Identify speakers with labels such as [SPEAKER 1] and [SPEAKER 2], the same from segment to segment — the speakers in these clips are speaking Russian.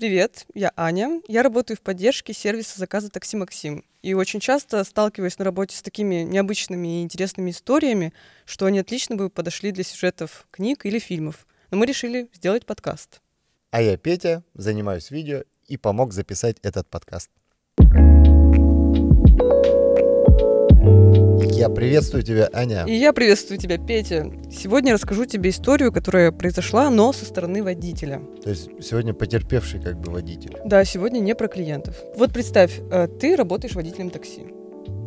[SPEAKER 1] Привет, я Аня. Я работаю в поддержке сервиса заказа такси «Максим». И очень часто сталкиваюсь на работе с такими необычными и интересными историями, что они отлично бы подошли для сюжетов книг или фильмов. Но мы решили сделать подкаст.
[SPEAKER 2] А я Петя, занимаюсь видео и помог записать этот подкаст. Я приветствую тебя, Аня.
[SPEAKER 1] И я приветствую тебя, Петя. Сегодня расскажу тебе историю, которая произошла, но со стороны водителя.
[SPEAKER 2] То есть сегодня потерпевший как бы водитель.
[SPEAKER 1] Да, сегодня не про клиентов. Вот представь, э, ты работаешь водителем такси.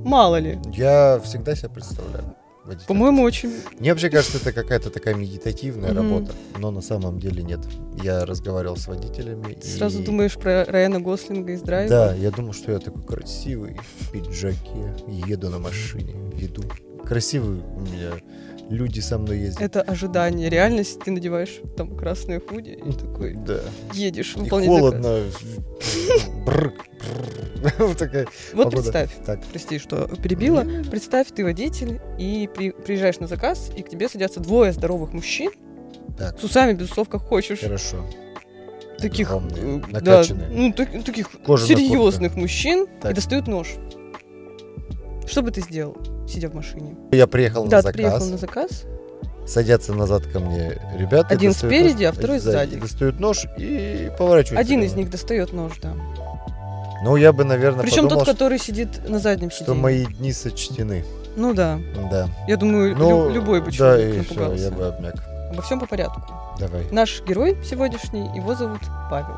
[SPEAKER 1] Мало ли.
[SPEAKER 2] Я всегда себя представляю. водителем.
[SPEAKER 1] По-моему, очень.
[SPEAKER 2] Мне вообще кажется, это какая-то такая медитативная
[SPEAKER 1] Мгм.
[SPEAKER 2] работа, но на самом деле нет. Я разговаривал с водителями.
[SPEAKER 1] Ты сразу
[SPEAKER 2] и-
[SPEAKER 1] думаешь про Райана Гослинга из драйва.
[SPEAKER 2] Да, я думал, что я такой красивый в пиджаке, еду на машине, веду. Красивые у меня люди со мной ездят.
[SPEAKER 1] Это ожидание. Реальность ты надеваешь там красное худи и такой ну,
[SPEAKER 2] Да.
[SPEAKER 1] едешь
[SPEAKER 2] И
[SPEAKER 1] выполнять заказ.
[SPEAKER 2] холодно. Бррк, бррк. Вот такая
[SPEAKER 1] Вот
[SPEAKER 2] погода.
[SPEAKER 1] представь,
[SPEAKER 2] Так.
[SPEAKER 1] прости, что перебила. Представь, ты водитель и при- приезжаешь на заказ, и к тебе садятся двое здоровых мужчин
[SPEAKER 2] Так,
[SPEAKER 1] с усами, без усов, как хочешь.
[SPEAKER 2] хорошо.
[SPEAKER 1] таких
[SPEAKER 2] Огромные,
[SPEAKER 1] э, да,
[SPEAKER 2] накачанные.
[SPEAKER 1] ну, так- таких
[SPEAKER 2] Кожа на
[SPEAKER 1] серьезных мужчин
[SPEAKER 2] Так.
[SPEAKER 1] и достают нож. Что бы ты сделал, сидя в машине?
[SPEAKER 2] Я приехал
[SPEAKER 1] да,
[SPEAKER 2] на
[SPEAKER 1] ты приехал
[SPEAKER 2] заказ.
[SPEAKER 1] на заказ.
[SPEAKER 2] Садятся назад ко мне ребята.
[SPEAKER 1] Один
[SPEAKER 2] достают
[SPEAKER 1] спереди,
[SPEAKER 2] нож-
[SPEAKER 1] а второй сзади.
[SPEAKER 2] Достают нож и поворачиваются.
[SPEAKER 1] Один
[SPEAKER 2] ко
[SPEAKER 1] из
[SPEAKER 2] мне.
[SPEAKER 1] них достает нож, да.
[SPEAKER 2] Ну, я бы, наверное,
[SPEAKER 1] Причем
[SPEAKER 2] подумал,
[SPEAKER 1] тот, который сидит на заднем
[SPEAKER 2] что
[SPEAKER 1] сиденье.
[SPEAKER 2] мои дни сочтены.
[SPEAKER 1] Ну да.
[SPEAKER 2] Да.
[SPEAKER 1] Я думаю,
[SPEAKER 2] Ну,
[SPEAKER 1] лю- любой бы
[SPEAKER 2] да,
[SPEAKER 1] человек
[SPEAKER 2] и всё,
[SPEAKER 1] напугался.
[SPEAKER 2] я бы обмяк.
[SPEAKER 1] Обо всем по порядку.
[SPEAKER 2] Давай.
[SPEAKER 1] Наш герой сегодняшний, его зовут Павел.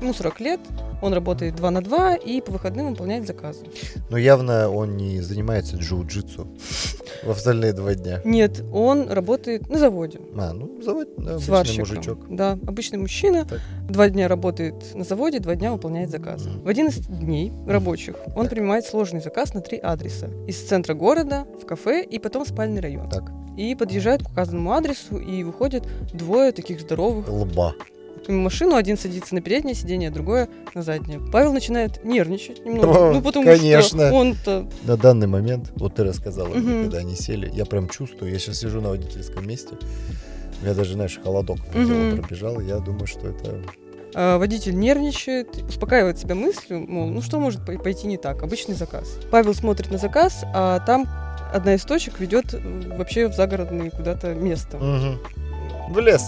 [SPEAKER 1] Ему 40 лет, он работает 2 на 2 и по выходным выполняет заказы.
[SPEAKER 2] Но явно он не занимается джиу-джитсу в остальные два дня.
[SPEAKER 1] Нет, он работает на заводе.
[SPEAKER 2] А, ну, завод, да, обычный
[SPEAKER 1] сварщиком.
[SPEAKER 2] мужичок.
[SPEAKER 1] Да, обычный мужчина.
[SPEAKER 2] Так.
[SPEAKER 1] Два дня работает на заводе, два дня выполняет заказы.
[SPEAKER 2] Мгм.
[SPEAKER 1] В 11 дней рабочих он
[SPEAKER 2] Так.
[SPEAKER 1] принимает сложный заказ на три адреса. Из центра города, в кафе и потом в спальный район.
[SPEAKER 2] Так,
[SPEAKER 1] И подъезжает к указанному адресу и выходят двое таких здоровых.
[SPEAKER 2] лба.
[SPEAKER 1] В машину один садится на переднее сиденье, другое на заднее. Павел начинает нервничать немного.
[SPEAKER 2] О,
[SPEAKER 1] ну, потому
[SPEAKER 2] конечно.
[SPEAKER 1] что он-то...
[SPEAKER 2] На данный момент, вот ты рассказала, мне,
[SPEAKER 1] Мгм.
[SPEAKER 2] когда они сели, я прям чувствую, я сейчас сижу на водительском месте, у меня даже, знаешь, холодок по
[SPEAKER 1] Мгм.
[SPEAKER 2] телу пробежал, я думаю, что это...
[SPEAKER 1] э, водитель нервничает, успокаивает себя мыслью, мол, ну что может пой- пойти не так, обычный заказ. Павел смотрит на заказ, а там одна из точек ведет э, вообще в загородное куда-то место.
[SPEAKER 2] Мгм. В лес,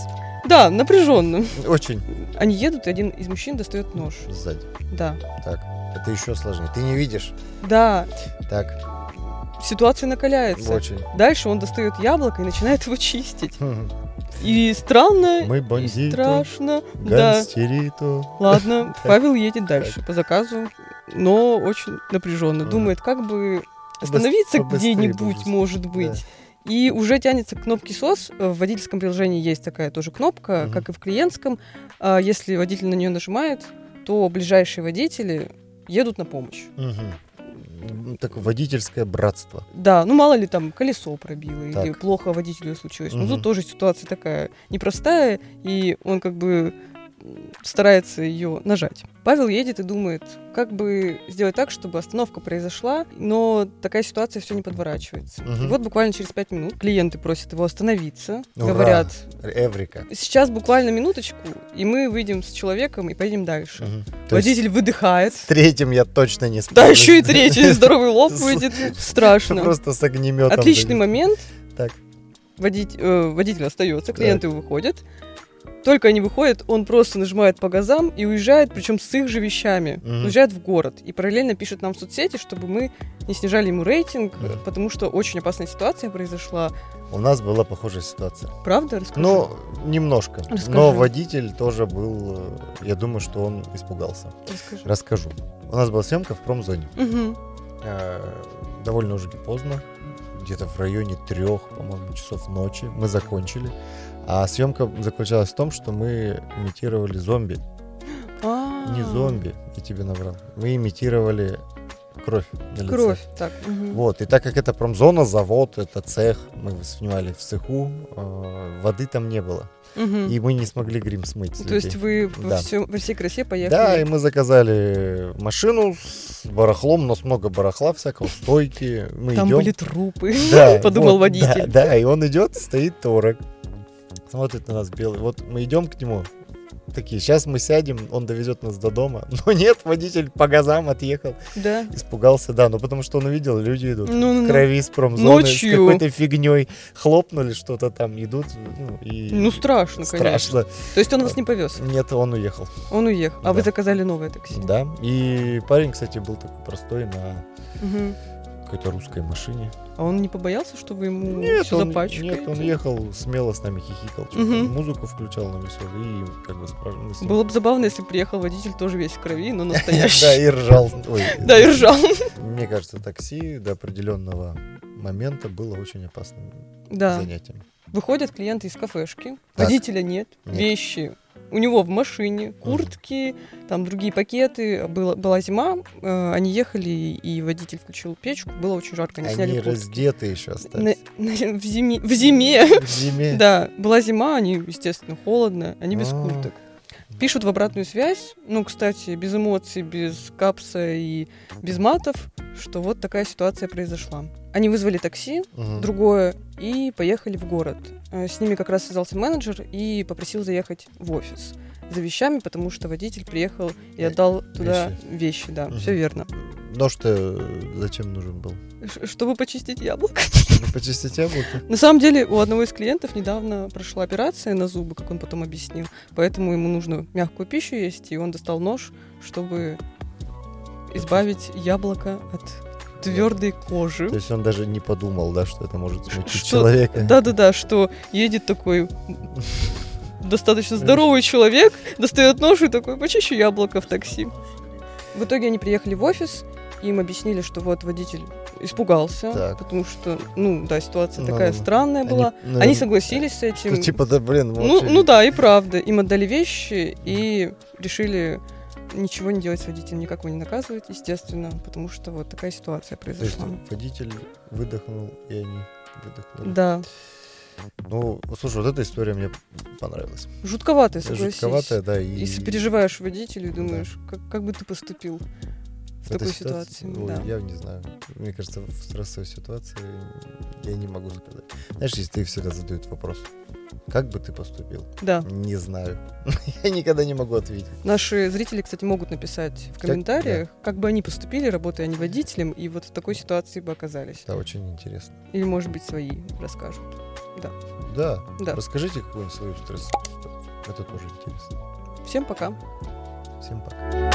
[SPEAKER 1] Да, напряженно.
[SPEAKER 2] очень.
[SPEAKER 1] Они едут, и один из мужчин достает нож.
[SPEAKER 2] Сзади.
[SPEAKER 1] Да.
[SPEAKER 2] Так, это еще сложнее. Ты не видишь?
[SPEAKER 1] Да,
[SPEAKER 2] Так,
[SPEAKER 1] ситуация накаляется.
[SPEAKER 2] очень.
[SPEAKER 1] Дальше он достает яблоко и начинает его чистить.
[SPEAKER 2] Мгм.
[SPEAKER 1] И странно,
[SPEAKER 2] Мы
[SPEAKER 1] и
[SPEAKER 2] бандиты,
[SPEAKER 1] страшно. Да.
[SPEAKER 2] гангстериты.
[SPEAKER 1] Ладно, Павел едет дальше
[SPEAKER 2] Так.
[SPEAKER 1] по заказу, но очень напряженно.
[SPEAKER 2] Мгм.
[SPEAKER 1] Думает, как бы остановиться
[SPEAKER 2] побыстрее бы
[SPEAKER 1] где-нибудь,
[SPEAKER 2] уже.
[SPEAKER 1] может быть. И уже тянется к кнопке СОС. Э, В водительском приложении есть такая тоже кнопка,
[SPEAKER 2] Мгм.
[SPEAKER 1] как и в клиентском. А Если водитель на нее нажимает, то ближайшие водители едут на помощь.
[SPEAKER 2] Мгм. М, Такое водительское братство.
[SPEAKER 1] Да, ну мало ли там колесо пробило или
[SPEAKER 2] Так.
[SPEAKER 1] плохо водителю случилось. Ну тут
[SPEAKER 2] Мгм.
[SPEAKER 1] тоже ситуация такая непростая, и он как бы м, старается ее нажать. Павел едет и думает, как бы сделать так, чтобы остановка произошла, но такая ситуация все не подворачивается.
[SPEAKER 2] Мгм.
[SPEAKER 1] И вот буквально через пять минут клиенты просят его остановиться,
[SPEAKER 2] Ура.
[SPEAKER 1] говорят,
[SPEAKER 2] Эврика.
[SPEAKER 1] сейчас буквально минуточку, и мы выйдем с человеком и поедем дальше.
[SPEAKER 2] Мгм. То есть
[SPEAKER 1] Водитель выдыхает.
[SPEAKER 2] с третьим я точно не
[SPEAKER 1] Да
[SPEAKER 2] справлюсь.
[SPEAKER 1] еще и третий здоровый лоб
[SPEAKER 2] С-
[SPEAKER 1] выйдет. Страшно.
[SPEAKER 2] Просто с огнеметом.
[SPEAKER 1] Отличный момент.
[SPEAKER 2] Так.
[SPEAKER 1] Водить- э, водитель остается, клиенты выходят. Только они выходят, он просто нажимает по газам и уезжает, причем с их же вещами.
[SPEAKER 2] Мгм.
[SPEAKER 1] Уезжает в город и параллельно пишет нам в соцсети, чтобы мы не снижали ему рейтинг, э,
[SPEAKER 2] Мгм.
[SPEAKER 1] потому что очень опасная ситуация произошла.
[SPEAKER 2] У нас была похожая ситуация.
[SPEAKER 1] Правда? Расскажи.
[SPEAKER 2] Ну, немножко.
[SPEAKER 1] Расскажи.
[SPEAKER 2] Но водитель тоже был, э, я думаю, что он испугался.
[SPEAKER 1] Расскажи.
[SPEAKER 2] Расскажу. У нас была съемка в промзоне.
[SPEAKER 1] Мгм.
[SPEAKER 2] Э, Довольно уже поздно, где-то в районе трех, по-моему, часов ночи мы закончили. А съемка заключалась в том, что мы имитировали зомби.
[SPEAKER 1] А.
[SPEAKER 2] Не зомби, я тебе наврал. Мы имитировали кровь на лице.
[SPEAKER 1] Кровь. Так. мгм.
[SPEAKER 2] Вот, и так как это промзона, завод, это цех, мы снимали в цеху, э, воды там не было.
[SPEAKER 1] Мгм. Ну,
[SPEAKER 2] И мы не смогли грим смыть. с
[SPEAKER 1] То есть
[SPEAKER 2] людей.
[SPEAKER 1] вы во,
[SPEAKER 2] Да.
[SPEAKER 1] всё- во всей красе
[SPEAKER 2] Да, и
[SPEAKER 1] поехали.
[SPEAKER 2] мы заказали машину с барахлом, у нас много барахла всякого, стойки, мы
[SPEAKER 1] Там
[SPEAKER 2] идем.
[SPEAKER 1] были трупы.
[SPEAKER 2] Да,
[SPEAKER 1] подумал
[SPEAKER 2] вот, да,
[SPEAKER 1] водитель.
[SPEAKER 2] Да, и он идет, стоит торок, смотрит на нас белый. Вот мы идем к нему, такие, сейчас мы сядем, он довезет нас до дома. Но нет, водитель по газам отъехал.
[SPEAKER 1] Да.
[SPEAKER 2] Испугался, да, ну потому что он увидел, люди идут
[SPEAKER 1] Ну,
[SPEAKER 2] в
[SPEAKER 1] ну.
[SPEAKER 2] крови из промзоны,
[SPEAKER 1] Ночью.
[SPEAKER 2] с какой-то фигней хлопнули что-то там, идут, ну, и
[SPEAKER 1] Ну, страшно, конечно.
[SPEAKER 2] страшно.
[SPEAKER 1] То есть он вас не повез,
[SPEAKER 2] Нет, он уехал,
[SPEAKER 1] он уехал, а вы
[SPEAKER 2] Да.
[SPEAKER 1] заказали новое такси.
[SPEAKER 2] да. И парень, кстати, был такой простой на
[SPEAKER 1] Мгм.
[SPEAKER 2] какой-то русской машине.
[SPEAKER 1] А он не побоялся, что вы ему
[SPEAKER 2] Нет,
[SPEAKER 1] все
[SPEAKER 2] он,
[SPEAKER 1] запачкаете?
[SPEAKER 2] нет, он ехал смело с нами хихикал, что-то,
[SPEAKER 1] Мгм.
[SPEAKER 2] музыку включал на веселый и как бы спрашивал.
[SPEAKER 1] Было бы забавно, если приехал водитель тоже весь в крови, но
[SPEAKER 2] Да,
[SPEAKER 1] настоящий.
[SPEAKER 2] и ржал. Ой,
[SPEAKER 1] Да, и ржал.
[SPEAKER 2] Мне кажется, такси до определенного момента было очень опасным
[SPEAKER 1] Да.
[SPEAKER 2] занятием.
[SPEAKER 1] Выходят клиенты из кафешки,
[SPEAKER 2] Так.
[SPEAKER 1] водителя нет,
[SPEAKER 2] Нет.
[SPEAKER 1] вещи у него в машине, куртки, там другие пакеты. Была, была зима, э, они ехали, и водитель включил печку, было очень жарко, они, сняли
[SPEAKER 2] Они
[SPEAKER 1] куртки.
[SPEAKER 2] раздеты еще
[SPEAKER 1] На-
[SPEAKER 2] остались.
[SPEAKER 1] на- в, зиме, в зиме,
[SPEAKER 2] В зиме.
[SPEAKER 1] да, была зима, они, естественно, холодно, они без
[SPEAKER 2] А.
[SPEAKER 1] курток. Пишут в обратную связь, ну, кстати, без эмоций, без капса и без матов, что вот такая ситуация произошла. Они вызвали такси,
[SPEAKER 2] Мгм.
[SPEAKER 1] другое, и поехали в город. Э, С ними как раз связался менеджер и попросил заехать в офис за вещами, потому что водитель приехал и
[SPEAKER 2] Э,
[SPEAKER 1] отдал туда вещи, да,
[SPEAKER 2] Мгм.
[SPEAKER 1] все верно.
[SPEAKER 2] Нож-то зачем нужен был?
[SPEAKER 1] Ш- чтобы почистить яблоко.
[SPEAKER 2] Чтобы почистить яблоко?
[SPEAKER 1] На самом деле у одного из клиентов недавно прошла операция на зубы, как он потом объяснил, поэтому ему нужно мягкую пищу есть, и он достал нож, чтобы избавить яблоко от твердой кожи.
[SPEAKER 2] То есть он даже не подумал, да, что это может смутить
[SPEAKER 1] Что-
[SPEAKER 2] человека.
[SPEAKER 1] Да-да-да, что едет такой достаточно здоровый человек, достает нож и такой, почищу яблоко в такси. В итоге они приехали в офис, и им объяснили, что вот водитель испугался,
[SPEAKER 2] Так.
[SPEAKER 1] потому что, ну да, ситуация такая
[SPEAKER 2] Ну-ну-ну.
[SPEAKER 1] странная была.
[SPEAKER 2] ну,
[SPEAKER 1] Они согласились с
[SPEAKER 2] ну,
[SPEAKER 1] этим.
[SPEAKER 2] Типа, да,
[SPEAKER 1] Ну,
[SPEAKER 2] блин, вообще-
[SPEAKER 1] ну да, и правда. Им отдали вещи и решили ничего не делать с водителем, никак его не наказывать, естественно, потому что вот такая ситуация
[SPEAKER 2] То есть
[SPEAKER 1] произошла.
[SPEAKER 2] водитель выдохнул, и они выдохнули.
[SPEAKER 1] Да,
[SPEAKER 2] Ну, слушай, вот эта история мне понравилась.
[SPEAKER 1] жутковатая, согласись.
[SPEAKER 2] Жутковатая, да. И...
[SPEAKER 1] Если переживаешь водителю и думаешь, как, как бы ты поступил в
[SPEAKER 2] этой
[SPEAKER 1] такой
[SPEAKER 2] ситуации-
[SPEAKER 1] ситуации.
[SPEAKER 2] Ой,
[SPEAKER 1] да.
[SPEAKER 2] Я не знаю. Мне кажется, в стрессовой ситуации я не могу сказать. Знаешь, если ты всегда задают вопрос, как бы ты поступил?
[SPEAKER 1] Да.
[SPEAKER 2] Не знаю. я никогда не могу ответить.
[SPEAKER 1] Наши зрители, кстати, могут написать в комментариях, как, бы они поступили, работая они водителем, и вот в такой ситуации бы оказались.
[SPEAKER 2] Это очень интересно.
[SPEAKER 1] Или, может быть, свои расскажут.
[SPEAKER 2] Да.
[SPEAKER 1] Да.
[SPEAKER 2] Расскажите какую-нибудь свою стрессовую ситуацию. Это тоже интересно.
[SPEAKER 1] Всем пока.
[SPEAKER 2] Всем пока.